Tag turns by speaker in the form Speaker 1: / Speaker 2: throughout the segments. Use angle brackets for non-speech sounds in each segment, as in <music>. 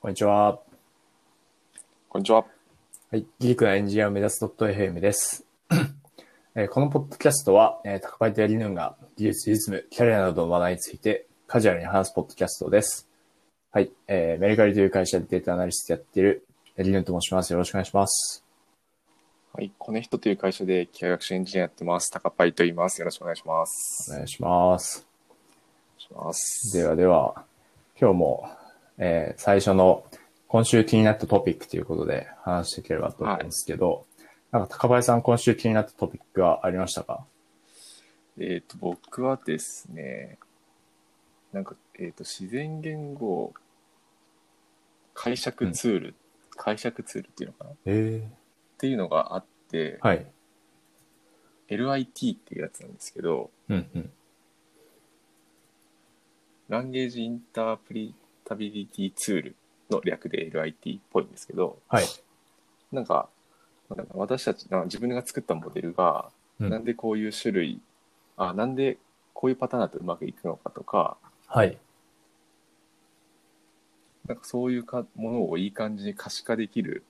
Speaker 1: こんにちは。
Speaker 2: こんにちは。
Speaker 1: はい。ギリクなエンジニアを目指す .fm です。えーこのポッドキャストは、えー、高バイトやリヌンが技術、リズム、キャリアなどの話題についてカジュアルに話すポッドキャストです。はい。えーメルカリという会社でデータアナリストやっているえーリヌンと申します。よろしくお願いします。
Speaker 2: はい、コネヒトという会社で機械学習エンジニアやってます。高パイと言います。よろしくお願いします。
Speaker 1: お
Speaker 2: お願
Speaker 1: 願いします。
Speaker 2: いします。
Speaker 1: ではでは、今日も、えー最初の今週気になったトピックということで話していければと思うんですけど、なんか高林さん今週気になったトピックはありましたか
Speaker 2: えっ、と、僕はですね、なんか、えっ、と、自然言語解釈ツール、解釈ツールっていうのかなっ
Speaker 1: え
Speaker 2: ていうのがあって、
Speaker 1: はい。
Speaker 2: LIT っていうやつなんですけど、
Speaker 1: うんうん。
Speaker 2: ランゲージインタープリタビリティツールの略で LIT っぽいんですけど、
Speaker 1: はい。
Speaker 2: なんか、なんか私たち、なんか自分が作ったモデルが、
Speaker 1: うん
Speaker 2: なんでこういう種類、あ、なんでこういうパターンだとうまくいくのかとか、
Speaker 1: はい。
Speaker 2: なんかそういうかものをいい感じに可視化できる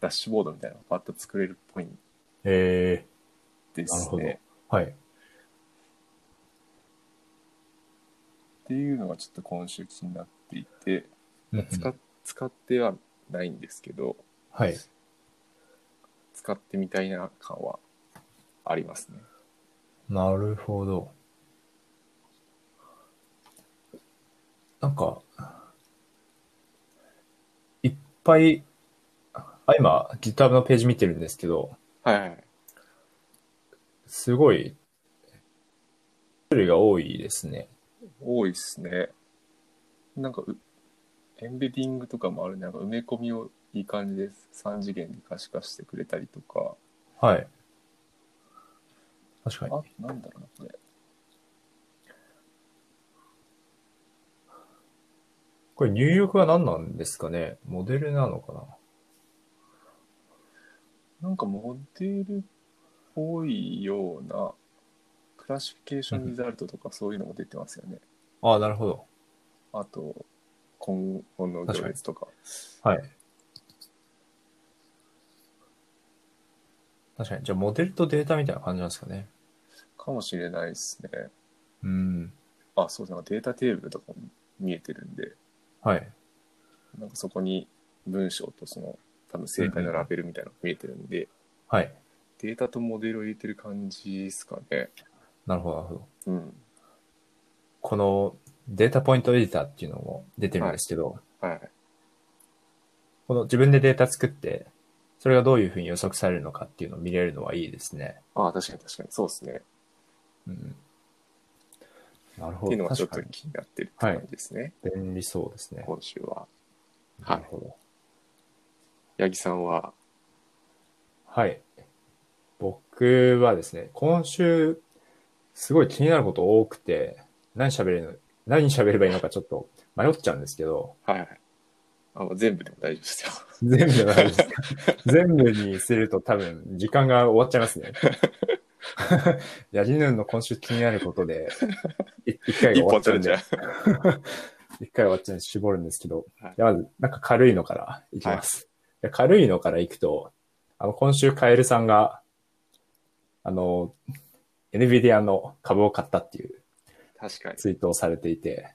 Speaker 2: ダッシュボードみたいなのがバッと作れるっぽいん
Speaker 1: え
Speaker 2: で
Speaker 1: なる
Speaker 2: す
Speaker 1: ほど
Speaker 2: ね。
Speaker 1: ー、はい。
Speaker 2: っていうのがちょっと今週気になっていて、
Speaker 1: うんうん
Speaker 2: 使っ使ってはないんですけど、
Speaker 1: はい。
Speaker 2: 使ってみたいな感はありますね。
Speaker 1: なるほど。なんか、いっぱい、あ、今 GitHub のページ見てるんですけど、
Speaker 2: はいはいはい。
Speaker 1: すごい、種類が多いですね。
Speaker 2: 多いですね。なんかう、エンベディングとかもあるね。なんか埋め込みをいい感じで3次元に可視化してくれたりとか。
Speaker 1: はい。確かに。
Speaker 2: あ、なんだろうな、これ。
Speaker 1: これ入力は何なんですかねモデルなのかな
Speaker 2: なんかモデルっぽいような、クラシフィケーションリザルトとかそういうのも出てますよね。
Speaker 1: ああ、なるほど。
Speaker 2: あと、今後の行列とか。
Speaker 1: はい。確かに。じゃあ、モデルとデータみたいな感じなんですかね。
Speaker 2: かもしれないですね。
Speaker 1: うん。
Speaker 2: あ、そうですね。データテーブルとかも見えてるんで、
Speaker 1: はい。
Speaker 2: なんかそこに文章とその、多分正解のラベルみたいなのが見えてるんで、
Speaker 1: はい。
Speaker 2: データとモデルを入れてる感じですかね。
Speaker 1: なるほど、なるほど。
Speaker 2: うん。
Speaker 1: このデータポイントエディターっていうのも出てるんですけど、
Speaker 2: はい。
Speaker 1: この自分でデータ作って、それがどういうふうに予測されるのかっていうのを見れるのはいいですね。
Speaker 2: ああ、確かに確かに。そうですね。
Speaker 1: うん。なる
Speaker 2: っ
Speaker 1: ほ
Speaker 2: ていうの
Speaker 1: ど。
Speaker 2: がちょ
Speaker 1: 確
Speaker 2: っと
Speaker 1: かに
Speaker 2: 気になってるって感じですね。
Speaker 1: 便利そうですね。
Speaker 2: 今週は。は
Speaker 1: ないるほど。
Speaker 2: 八木さんは、
Speaker 1: はい。僕はですね、今週、すごい気になること多くて、何喋れるの、何喋ればいいのかちょっと <laughs> 迷っちゃうんですけど、
Speaker 2: はいはい。あまあ全部でも大丈夫ですよ。
Speaker 1: 全部じゃないです。 <laughs> 全部にすると多分時間が終わっちゃいますね。 <laughs> いや、リヌンの今週気になることで、い一回が
Speaker 2: 一
Speaker 1: 終わ
Speaker 2: 本
Speaker 1: っちゃう
Speaker 2: 取れ
Speaker 1: ん
Speaker 2: ちゃ
Speaker 1: で
Speaker 2: う、。
Speaker 1: 一回終わっちゃうんで絞るんですけど、
Speaker 2: はい
Speaker 1: じゃあまず、なんか軽いのからいきます。いや軽いのからいくと、あの、今週カエルさんが、あの、NVIDIA の株を買ったっていう
Speaker 2: 確かに。
Speaker 1: ツイートをされていて、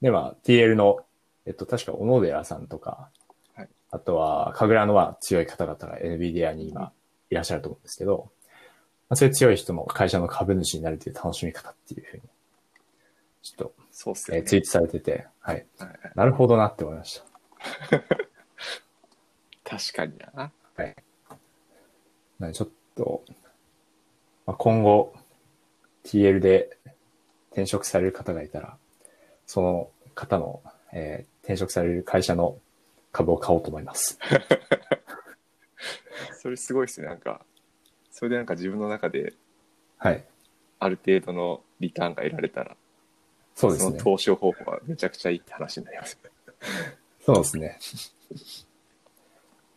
Speaker 1: で、まあ、TL の、えっと、確か、小野寺さんとか、
Speaker 2: はい
Speaker 1: あとは、神楽のは強い方々が NVIDIA に今いらっしゃると思うんですけど、まあ、そういう強い人の会社の株主になるという楽しみ方っていうふうに、ちょっ
Speaker 2: そうっす
Speaker 1: と、
Speaker 2: よ
Speaker 1: え
Speaker 2: ね。
Speaker 1: ーツイートされてて、はい。
Speaker 2: はいはい
Speaker 1: なるほどなって思いました。
Speaker 2: 確かにな。
Speaker 1: なんでちょっと、まあ、今後、TL で転職される方がいたら、その方の、えー転職される会社の株を買おうと思います。
Speaker 2: それすごいっすね。なんか、それでなんか自分の中で
Speaker 1: はい。
Speaker 2: ある程度のリターンが得られたら、
Speaker 1: そうです
Speaker 2: の
Speaker 1: ね。
Speaker 2: 投資方法はめちゃくちゃいいって話になります。
Speaker 1: そうですね。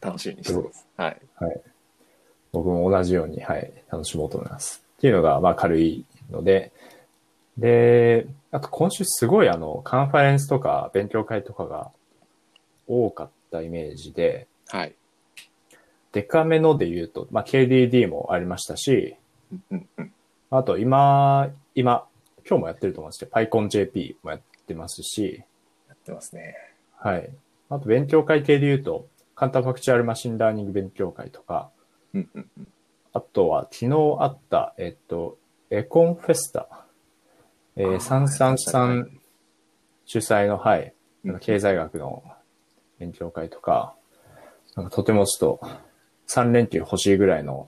Speaker 2: 楽しみにしてます。はい。
Speaker 1: 僕も同じように、はい、楽しもうと思います。っていうのが、まあ、軽いので、で、あと今週すごい、あの、カンファレンスとか勉強会とかが多かったイメージで、
Speaker 2: はい。
Speaker 1: デカめので言うと、まあ、KDD もありましたし、
Speaker 2: うんうんうん。
Speaker 1: あと今、今、今日もやってると思うんですけど、PyConJP もやってますし、
Speaker 2: やってますね。
Speaker 1: はい。あと勉強会系で言うと、カンタファクチュアルマシンラーニング勉強会とか、
Speaker 2: うんうんうん。
Speaker 1: あとは昨日あった、えっと、エコンフェスタ、え
Speaker 2: あ
Speaker 1: ー、
Speaker 2: ー
Speaker 1: 333主催の、はい、あ
Speaker 2: うん
Speaker 1: の経済学の勉強会とか、なんかとてもちょっと3連休欲しいぐらいの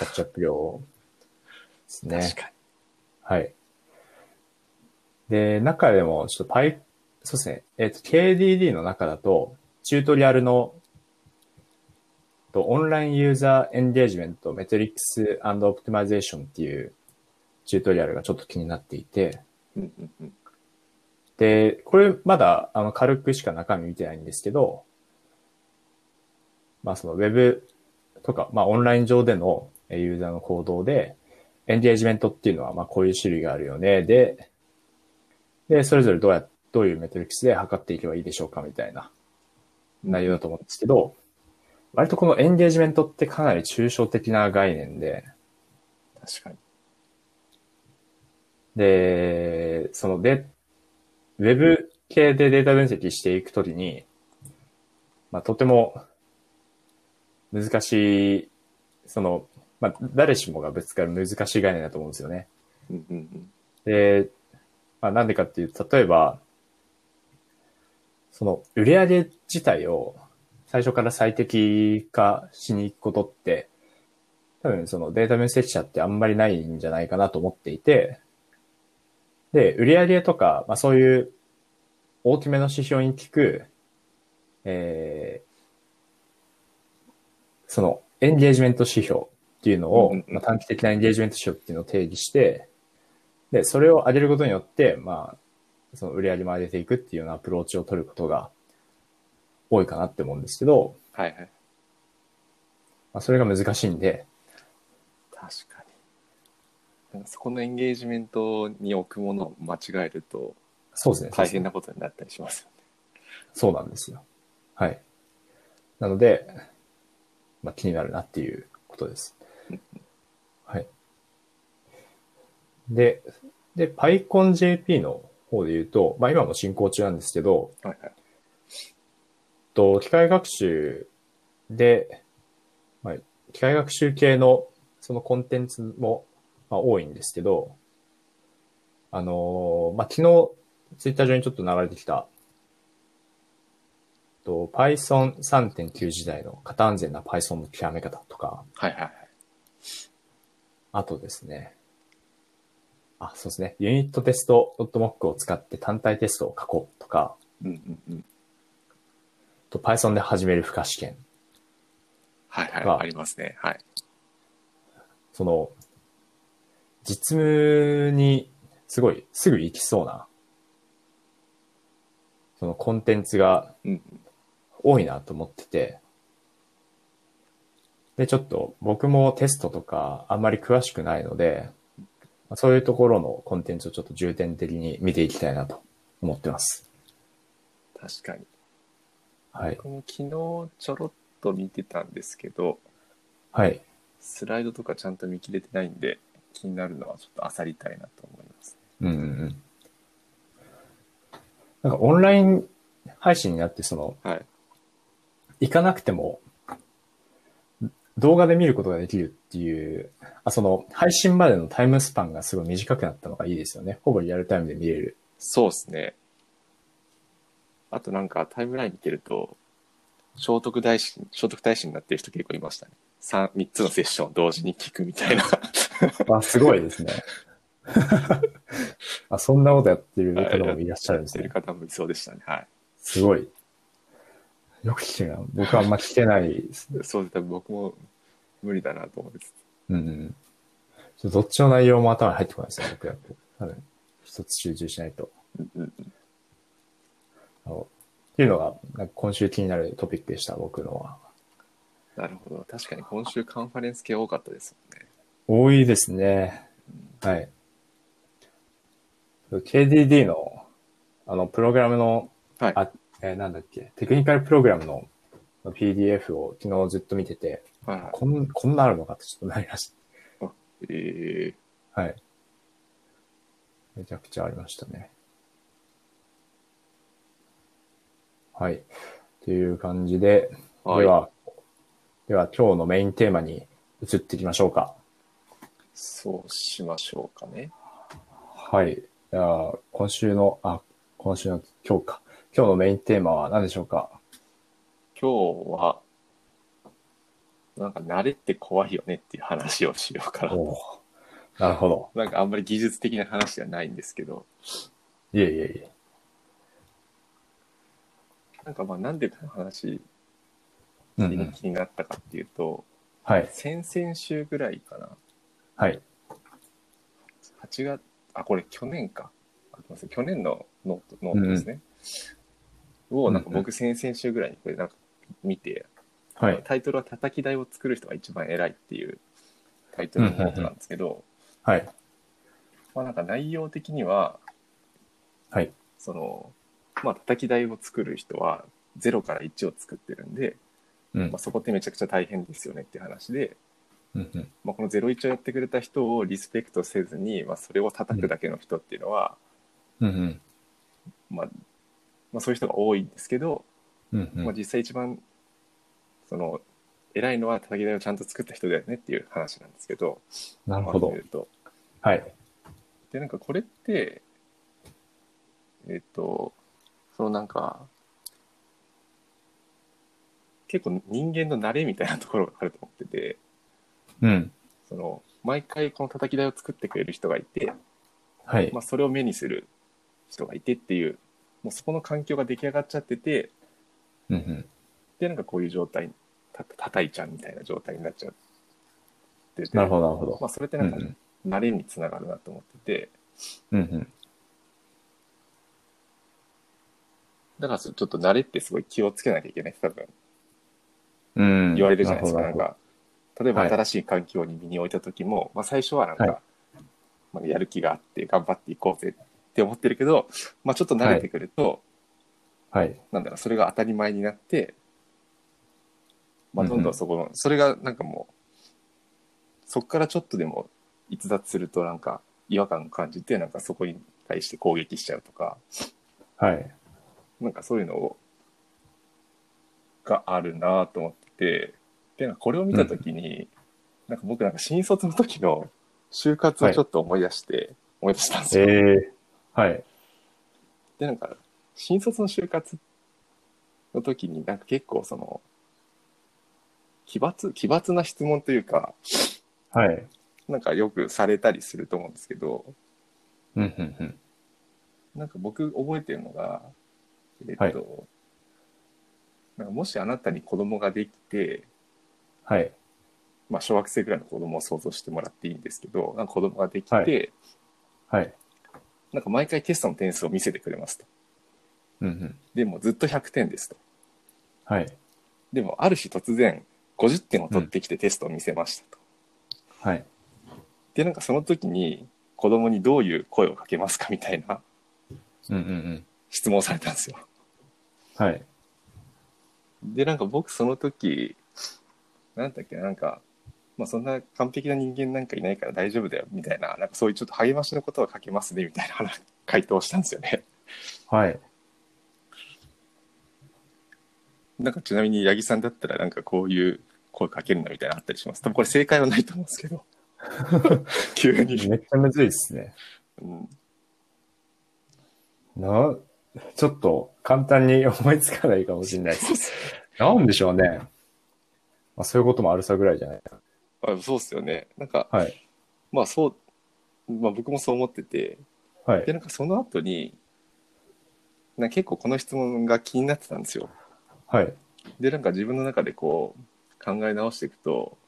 Speaker 1: キャッチアップ量ですね。
Speaker 2: 確か
Speaker 1: はい。で、中でも、ちょっとパイ、そうですね。えっ、と、KDD の中だと、チュートリアルの、とオンラインユーザーエンゲージメントメトリックスオプティマイゼーションっていうチュートリアルがちょっと気になっていて、
Speaker 2: に。うんうんうん。
Speaker 1: で、これまだあの軽くしか中身見てないんですけど、まあそのウェブとか、まあオンライン上でのえーユーザーの行動で、エンゲージメントっていうのはまあこういう種類があるよね。で、で、それぞれどうや、どういうメトリックスで測っていけばいいでしょうかみたいな内容だと思うんですけど、割とこのエンゲージメントってかなり抽象的な概念で、
Speaker 2: 確かに。
Speaker 1: で、そので、ウェブ系でデータ分析していくときに、まあ、とても難しい、その、まあ、誰しもがぶつかる難しい概念だと思うんですよね。
Speaker 2: うんうんうん。
Speaker 1: で、まあ、なんでかっていうと、例えば、その、売上自体を最初から最適化しに行くことって、多分そのデータ分析者ってあんまりないんじゃないかなと思っていて、で、売上とか、まあそういう大きめの指標に効く、えー、その、エンゲージメント指標っていうのを、
Speaker 2: うんうんうん
Speaker 1: まあ、短期的なエンゲージメント指標っていうのを定義して、で、それを上げることによって、まあ、その売り上げも上げていくっていうようなアプローチを取ることが多いかなって思うんですけど、
Speaker 2: はいはい。
Speaker 1: まあ、それが難しいんで、
Speaker 2: 確かに。なんかそこのエンゲージメントに置くものを間違えると
Speaker 1: そうですね。
Speaker 2: 大変
Speaker 1: な。
Speaker 2: なことになったりしますよね。
Speaker 1: そうなんですよ。はい。なので、まあ、気になるなっていうことです。はい。で、で、PyConJP の方で言うと、まあ今も進行中なんですけど、
Speaker 2: はいは
Speaker 1: えっ
Speaker 2: い。
Speaker 1: と、機械学習で、まあ、機械学習系のそのコンテンツも、まあ、多いんですけど、あのーまあ、昨日、ツイッター上にちょっと流れてきた、えっと Python 3.9時代の型安全な Python の極め方とか、
Speaker 2: はいはいはい。
Speaker 1: あとですね、あ、そうですね、ユニットテスト .mock を使って単体テストを書こうとか、
Speaker 2: うんうんうん。
Speaker 1: あと Python で始める負荷試験
Speaker 2: はいはい。
Speaker 1: が
Speaker 2: ありますね。はい。
Speaker 1: その、実務にすごいすぐ行きそうな、そのコンテンツが
Speaker 2: うんうん。
Speaker 1: 多いなと思ってて、で、ちょっと僕もテストとかあんまり詳しくないので、まあそういうところのコンテンツをちょっと重点的に見ていきたいなと思ってます。
Speaker 2: 確かに。
Speaker 1: はい。
Speaker 2: 僕も昨日ちょろっと見てたんですけど、
Speaker 1: はい。
Speaker 2: スライドとかちゃんと見切れてないんで、気になるのはちょっと漁りたいなと思います。
Speaker 1: うんうんうん。なんかオンライン配信になってその
Speaker 2: はい。
Speaker 1: 行かなくても、動画で見ることができるっていう、あ、その、配信までのタイムスパンがすごい短くなったのがいいですよね。ほぼリアルタイムで見れる。
Speaker 2: そうですね。あとなんかタイムライン見てると、聖徳大師、聖徳太子になってる人結構いましたね。三、三つのセッションを同時に聞くみたいな。
Speaker 1: あ、すごいですね。 <laughs> あ、そんなことやってる方もいらっしゃるんです
Speaker 2: やって
Speaker 1: ね
Speaker 2: る。方もいそうでしたね。はい。
Speaker 1: すごい。よく聞くな。僕はあんま聞けないです。
Speaker 2: そうで多分僕も無理だなと思いつつ。
Speaker 1: うんうん。ちょっとどっちの内容も頭に入ってこないですね、僕だと。多分、一つ集中しないと。
Speaker 2: うんうんうん
Speaker 1: あのっていうのが、なんか今週気になるトピックでした、僕のは。
Speaker 2: なるほど。確かに今週カンファレンス系多かったですもんね。
Speaker 1: 多いですね。はい。KDD の、あの、プログラムの、
Speaker 2: はい
Speaker 1: あえーなんだっけ、テクニカルプログラムのの PDF を昨日ずっと見てて、
Speaker 2: はいは
Speaker 1: こん、こんなあるのかってちょっとなりまし
Speaker 2: い。え
Speaker 1: た。はい。めちゃくちゃありましたね。はい。っていう感じで、
Speaker 2: ー、はい。
Speaker 1: では、では今日のメインテーマに移っていきましょうか。
Speaker 2: そうしましょうかね。
Speaker 1: はい。じゃあ、今週の、あ、今週の今日か。今日のメインテーマは何でしょうか
Speaker 2: 今日は、なんか慣れって怖いよねっていう話をしようかな。
Speaker 1: おーなるほど。
Speaker 2: なんかあんまり技術的な話じゃないんですけど、
Speaker 1: いえいえいえ。
Speaker 2: なんかまあなんでこの話
Speaker 1: うんう
Speaker 2: 気に
Speaker 1: ん。
Speaker 2: 気になったかっていうと、
Speaker 1: はい。
Speaker 2: 先々週ぐらいかな。
Speaker 1: はい。
Speaker 2: 8月、あ、これ去年か。あごめんなさい去年のノートノートですね。を、なんか僕先々週ぐらいにこれなんか見て、
Speaker 1: はい。
Speaker 2: タイトルは叩き台を作る人が一番偉いっていうタイトルのノートなんですけど、
Speaker 1: はい。
Speaker 2: まあなんか内容的には、
Speaker 1: はい。
Speaker 2: その、まあ叩き台を作る人は0から1を作ってるんで、
Speaker 1: うん
Speaker 2: まあ、。そこってめちゃくちゃ大変ですよねっていう話で、
Speaker 1: うんうん。
Speaker 2: まあ、この01をやってくれた人をリスペクトせずに、まあ、それを叩くだけの人っていうのは、
Speaker 1: うんうん。
Speaker 2: まあまあ、そういう人が多いんですけど、
Speaker 1: うんう
Speaker 2: まあ、
Speaker 1: ん。
Speaker 2: 実際一番その偉いのは叩き台をちゃんと作った人だよねっていう話なんですけど
Speaker 1: なるほ
Speaker 2: ま
Speaker 1: ど
Speaker 2: とめ。ると
Speaker 1: はい。
Speaker 2: でなんかこれってえっ、とそのなんか結構人間の慣れみたいなところがあると思ってて
Speaker 1: うん。
Speaker 2: その毎回この叩き台を作ってくれる人がいて、
Speaker 1: はい
Speaker 2: ま。あ、それを目にする人がいてっていうもうそこの環境が出来上がっちゃってて
Speaker 1: うんうん。
Speaker 2: でなんかこういう状態た叩いちゃうみたいな状態になっちゃってて
Speaker 1: なるほど、なるほど
Speaker 2: ま。あ、それって
Speaker 1: う
Speaker 2: なんんか慣れにつながるなと思ってて、
Speaker 1: うん。うんうん。
Speaker 2: だからちょっと慣れってすごい気をつけなきゃいけないって多分
Speaker 1: うん。
Speaker 2: 言われるじゃないですか、
Speaker 1: な
Speaker 2: な
Speaker 1: るほ
Speaker 2: ん
Speaker 1: ど
Speaker 2: か例えば
Speaker 1: はい
Speaker 2: 新しい環境に身に置いた時も、まあ、最初はなんか、
Speaker 1: はい
Speaker 2: まあ、やる気があって頑張っていこうぜって思ってるけど、まあ、ちょっと慣れてくると、
Speaker 1: はい。
Speaker 2: なんだろう、それが当たり前になって、まあ、
Speaker 1: うんう
Speaker 2: ど
Speaker 1: ん
Speaker 2: んどんそこの、それがなんかもう、そこからちょっとでも逸脱するとなんか違和感を感じて、なんかそこに対して攻撃しちゃうとか、
Speaker 1: はい。
Speaker 2: なんかそういうのを、があるなと思ってて、で、なんかこれを見たときに、なんか僕なんか新卒の時の就活をちょっと思い出して、思い出したんです
Speaker 1: え
Speaker 2: よ。
Speaker 1: え。はい。
Speaker 2: でなんか新卒の就活の時になんか結構その奇抜奇抜な質問というか
Speaker 1: はい。
Speaker 2: なんかよくされたりすると思うんですけど
Speaker 1: うんうんうん。
Speaker 2: なんか僕覚えてるのがえっと、
Speaker 1: はい
Speaker 2: なんかもしあなたに子供ができて、
Speaker 1: はい。
Speaker 2: まあ、小学生ぐらいの子供を想像してもらっていいんですけどなんか子供ができて、
Speaker 1: ははい。
Speaker 2: なんか毎回テストの点数を見せてくれますと
Speaker 1: うんうん。
Speaker 2: でもずっと100点ですと
Speaker 1: はい。
Speaker 2: でもある日突然50点を取ってきてテストを見せましたと。
Speaker 1: はい。
Speaker 2: でなんかその時に子供にどういう声をかけますかみたいな <laughs>
Speaker 1: うんうんうん。
Speaker 2: 質問をされたんですよ。
Speaker 1: はい。
Speaker 2: でなんか僕その時なんだっけななんか、まあ、そんな完璧な人間なんかいないから大丈夫だよみたいななんかそういうちょっと励ましのことをかけますねみたいな <laughs> 話回答をしたんですよね。
Speaker 1: はい。
Speaker 2: なんかちなみに八木さんだったらなんかこういう声かけるのみたいなのあったりします。多分これ正解はないと思うんですけど急に、
Speaker 1: めっちゃむずいですね。
Speaker 2: うん
Speaker 1: な、ちょっと簡単に思いつかないかもしれない
Speaker 2: <laughs>
Speaker 1: です。なんでしょうね。まあ、そういうこともあるさぐらいじゃない。
Speaker 2: あそうっすよね。なんか
Speaker 1: はい。
Speaker 2: まあそう、まあ、僕もそう思ってて。
Speaker 1: はい
Speaker 2: で。なんかその後になんか結構この質問が気になってたんですよ
Speaker 1: はい。
Speaker 2: でなんか自分の中でこう考え直していくと、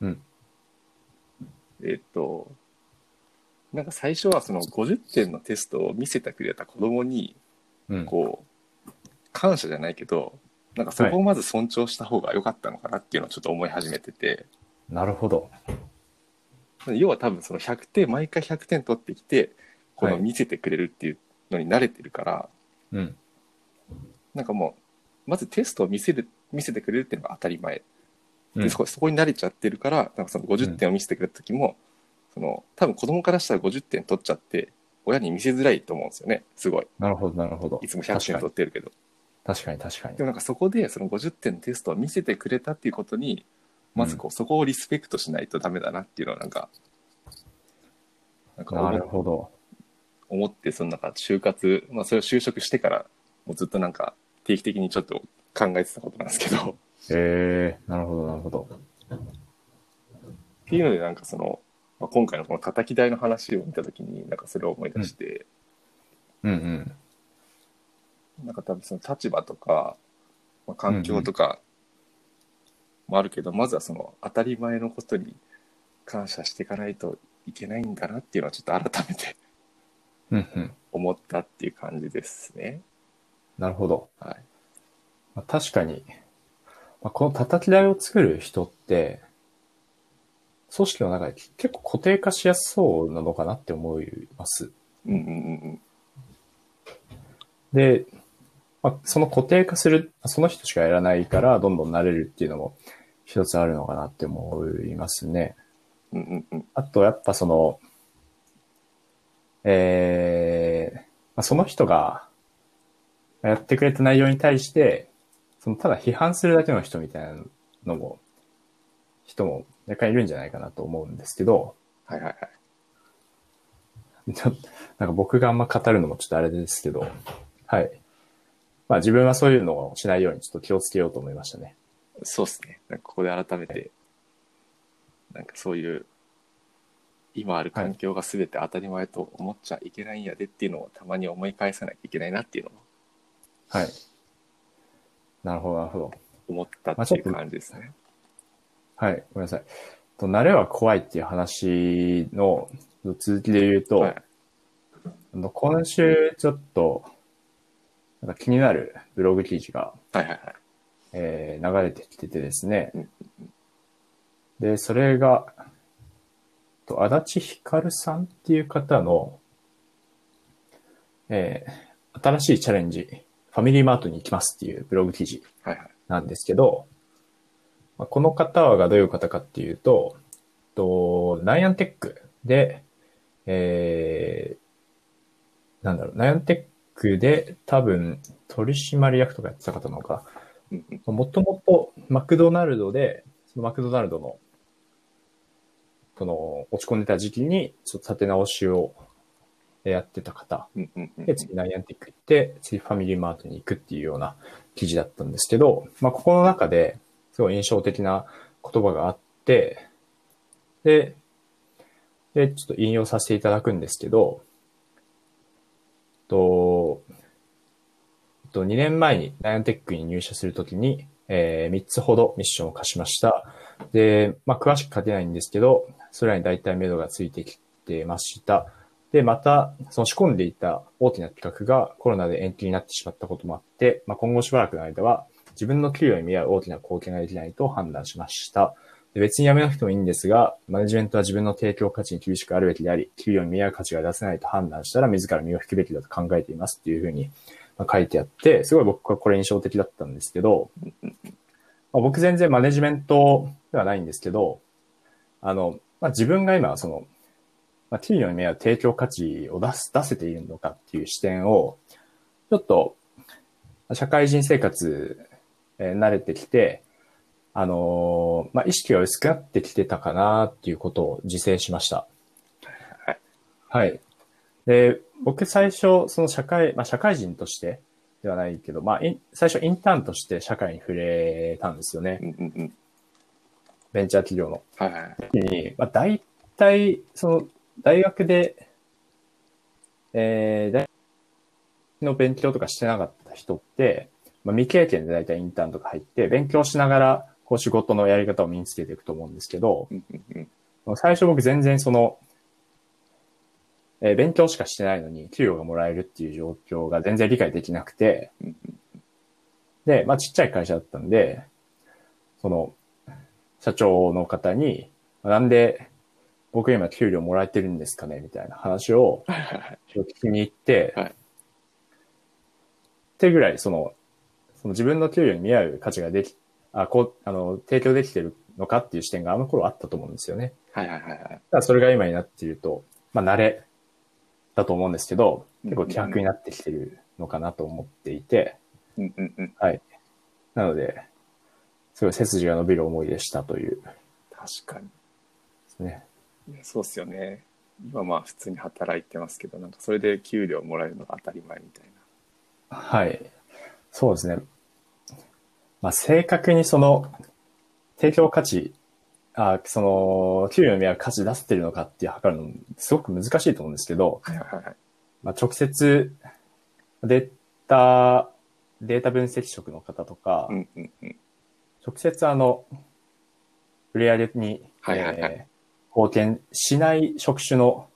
Speaker 1: うん
Speaker 2: えっとなんか最初はその50点のテストを見せてくれた子供に
Speaker 1: うん。
Speaker 2: こう感謝じゃないけどなんかそこをまず尊重した方が良かったのかなっていうのをちょっと思い始めてて、
Speaker 1: なるほど。
Speaker 2: 要は多分その100点毎回100点取ってきてこの見せてくれるっていうのに慣れてるから、
Speaker 1: うん。
Speaker 2: なんかもうまずテストを見せる見せてくれるっていうのが当たり前
Speaker 1: う
Speaker 2: で
Speaker 1: ん
Speaker 2: そこそこに慣れちゃってるからなんかその50点を見せてくれた時も、その多分子供からしたら50点取っちゃって親に見せづらいと思うんですよねすごい
Speaker 1: なるほど、なるほど。
Speaker 2: いつも100点取ってるけど
Speaker 1: 確かに、確かに
Speaker 2: で。もなんかそこでその50点のテストを見せてくれたっていうことにまずこうそこをリスペクトしないとダメだなっていうのはなんかなんか
Speaker 1: な
Speaker 2: 思
Speaker 1: る
Speaker 2: っ
Speaker 1: ほど。
Speaker 2: 思ってそのなんか就活、まあ、それを就職してからもうずっとなんか定期的にちょっと考えてたことなんですけどっ
Speaker 1: えー、なるほど、なるほど。
Speaker 2: ていうのでなんかその、まあ、今回のこの叩き台の話を見た時になんかそれを思い出して、
Speaker 1: うんうん。
Speaker 2: なんか多分その立場とか、まあ、環境とかもあるけど、まずはその当たり前のことに感謝していかないといけないんだなっていうのはちょっと改めて
Speaker 1: うんうん。
Speaker 2: 思ったっていう感じですね。
Speaker 1: なるほど。
Speaker 2: はい。
Speaker 1: まあ、確かに、まあ、この叩き台を作る人って、組織の中で結構固定化しやすそうなのかなって思います。
Speaker 2: うんうんうん
Speaker 1: で、まあ、その固定化する、その人しかやらないからどんどん慣れるっていうのも一つあるのかなって思いますね。
Speaker 2: うん。うんうんうん。
Speaker 1: あとやっぱその、えーまあ、その人がやってくれた内容に対して、そのただ批判するだけの人みたいなのも、人も若干いるんじゃないかなと思うんですけど、 <laughs>
Speaker 2: はいはいはい。
Speaker 1: ちょっとなんか僕があんま語るのもちょっとあれですけど、はい。まあ自分はそういうのをしないようにちょっと気をつけようと思いましたね。
Speaker 2: そうですね。なんかここで改めて、なんかそういう、今ある環境が全て当たり前と思っちゃいけないんやでっていうのをたまに思い返さなきゃいけないなっていうのを
Speaker 1: はい。なるほど、なるほど。
Speaker 2: 思ったっていう感じですね。
Speaker 1: はい、ごめんなさい。と慣れは怖いっていう話の続きで言うと、
Speaker 2: はい、
Speaker 1: あの今週ちょっとなんか気になるブログ記事が、
Speaker 2: はいはいはい。
Speaker 1: えー流れてきててですね
Speaker 2: うん。
Speaker 1: で、それが、と足立ひかるさんっていう方の、えー新しいチャレンジ、ファミリーマートに行きますっていうブログ記事
Speaker 2: はいはい。
Speaker 1: なんですけど、まあ、この方がどういう方かっていうと、とナイアンテックで、えー、なんだろう、ナイアンテックで多分取締役とかやってた方なのか、
Speaker 2: うんうん
Speaker 1: もともとマクドナルドで、そのマクドナルドの、この落ち込んでた時期に、ちょっと立て直しをやってた方
Speaker 2: うんうんうん
Speaker 1: で、次ナイアンティック行って、次ファミリーマートに行くっていうような記事だったんですけど、まあ、ここの中で、すごい印象的な言葉があって、で、で、ちょっと引用させていただくんですけど、と、と2年前にナイアンテックに入社するときに、え3つほどミッションを課しました。で、まあ、詳しく書けないんですけど、それらに大体目処がついてきてました。で、また、その仕込んでいた大きな企画がコロナで延期になってしまったこともあって、まあ、今後しばらくの間は自分の給与に見合う大きな貢献ができないと判断しました。で別に辞めなくてもいいんですが、マネジメントは自分の提供価値に厳しくあるべきであり、給与に見合う価値が出せないと判断したら自ら身を引くべきだと考えていますっていうふうにまあ書いてあって、すごい僕はこれ印象的だったんですけど、まあ、僕全然マネジメントではないんですけど、あの、まあ、自分が今、その、まあ、企業に見合う提供価値を出す、出せているのかっていう視点を、ちょっと、社会人生活、えー慣れてきて、あのーまあ、意識が薄くなってきてたかなっていうことを自制しました。はい。で、僕最初、その社会、まあ、社会人としてではないけど、まあ、イン最初インターンとして社会に触れたんですよね。
Speaker 2: うんうんうん。
Speaker 1: ベンチャー企業の。
Speaker 2: はいはいはい。
Speaker 1: に、まあ、大体、その、大学で、えー、大学の勉強とかしてなかった人って、まあ、未経験で大体インターンとか入って、勉強しながら、こう仕事のやり方を身につけていくと思うんですけど、
Speaker 2: うんうんうん
Speaker 1: 最初僕全然その、えー勉強しかしてないのに給与がもらえるっていう状況が全然理解できなくて
Speaker 2: うんうん、
Speaker 1: で、まあちっちゃい会社だったんで、その、社長の方に、なんで僕今給料もらえてるんですかねみたいな話を
Speaker 2: はいはいはい。
Speaker 1: 聞きに行って、
Speaker 2: はい
Speaker 1: ってぐらいその、その自分の給料に見合う価値ができ、あ、こう、あの、提供できてるのかっていう視点があの頃あったと思うんですよね。
Speaker 2: はいはいはいはい。
Speaker 1: ただそれが今になっていると、まあ、慣れだと思うんですけど、結構希薄になってきてるのかなと思っていて、
Speaker 2: うんうんうん。
Speaker 1: なので、すごい背筋が伸びる思いでしたという、
Speaker 2: 確かに。
Speaker 1: ね。
Speaker 2: いやそうっすよね。今まあ普通に働いてますけど、なんかそれで給料もらえるのが当たり前みたいな。
Speaker 1: はい。そうですね。まあ、正確にその、提供価値、あその、給料に見合う価値出せてるのかっていう測るの、すごく難しいと思うんですけど、
Speaker 2: はいはいはい。
Speaker 1: まあ、直接、データ、データ分析職の方とか、
Speaker 2: うんうんうん。
Speaker 1: 直接あの、売上に、
Speaker 2: はいはいはい
Speaker 1: えー貢献しない職種の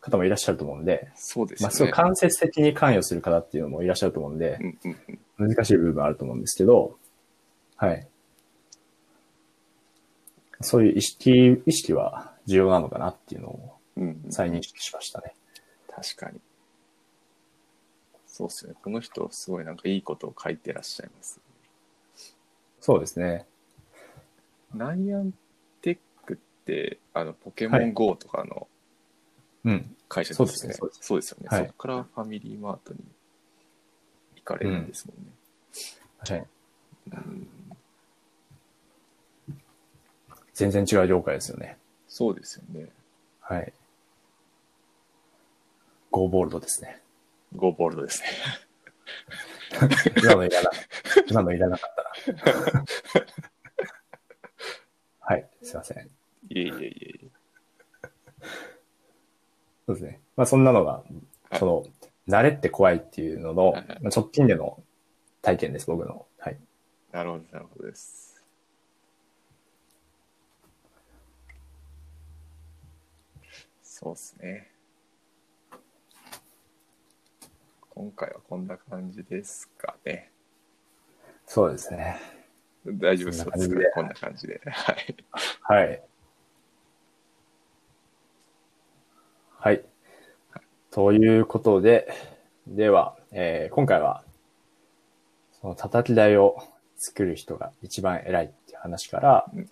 Speaker 1: 方もいらっしゃると思うんで、
Speaker 2: そうです
Speaker 1: まあ、
Speaker 2: よ
Speaker 1: すご
Speaker 2: ね。
Speaker 1: い間接的に関与する方っていうのもいらっしゃると思うんで
Speaker 2: う、んうんうん。
Speaker 1: 難しい部分あると思うんですけど、はい。そういう意識、意識は重要なのかなっていうのを
Speaker 2: うんうん、
Speaker 1: 再認識しましたね。
Speaker 2: 確かに。そうっすよね。この人、すごいなんかいいことを書いてらっしゃいます。
Speaker 1: そうですね。
Speaker 2: ナイアンテックって、あの、ポケモ
Speaker 1: は
Speaker 2: ン
Speaker 1: い
Speaker 2: GO とかの
Speaker 1: うん。
Speaker 2: 会社ですよね。
Speaker 1: そうですね
Speaker 2: そうですよね。
Speaker 1: はい
Speaker 2: そこからファミリーマートに行かれるんですもんね。
Speaker 1: 確かに。
Speaker 2: うん
Speaker 1: 全然違う業界ですよね。
Speaker 2: そうですよね。
Speaker 1: はい。ゴーボールドですね。
Speaker 2: GO ボールドですね。
Speaker 1: 今のいらな、今のいらなかったな。はい、すいません。
Speaker 2: いえいえいえいえ。
Speaker 1: そうですね。まあそんなのが
Speaker 2: は、い
Speaker 1: その、慣れって怖いっていうのの
Speaker 2: はいはい、
Speaker 1: まあ直近での体験です、僕の。はい。
Speaker 2: なるほど、なるほどです。そうですね。今回はこんな感じですかね。
Speaker 1: そうですね。
Speaker 2: 大丈夫です
Speaker 1: そんな
Speaker 2: か
Speaker 1: 感じで
Speaker 2: こんな感じで。はい。
Speaker 1: はい。はい。ということで、では、えー今回は、その叩き台を作る人が一番偉いっていう話から
Speaker 2: うん、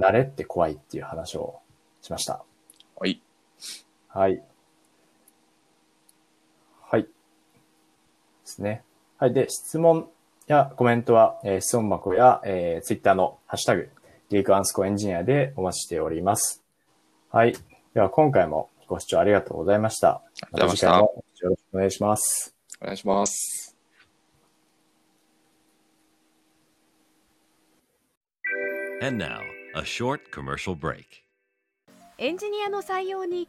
Speaker 1: まあ慣れって怖いっていう話をしました。
Speaker 2: はい。
Speaker 1: はい。はい。ですね。はい。で、質問やコメントは、えー質問箱や、えー、Twitter のハッシュタグ、リークアンスコエンジニアでお待ちしております。はい。では、今回もご視聴ありがとうございました。
Speaker 2: ありがとうございまし
Speaker 1: た次
Speaker 2: た
Speaker 1: 回もよろしくお願いします。
Speaker 2: お願いします。
Speaker 3: And now, a short commercial break.
Speaker 4: エンジニアの採用に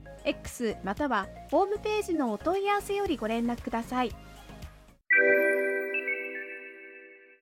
Speaker 4: X またはホームページのお問い合わせよりご連絡ください。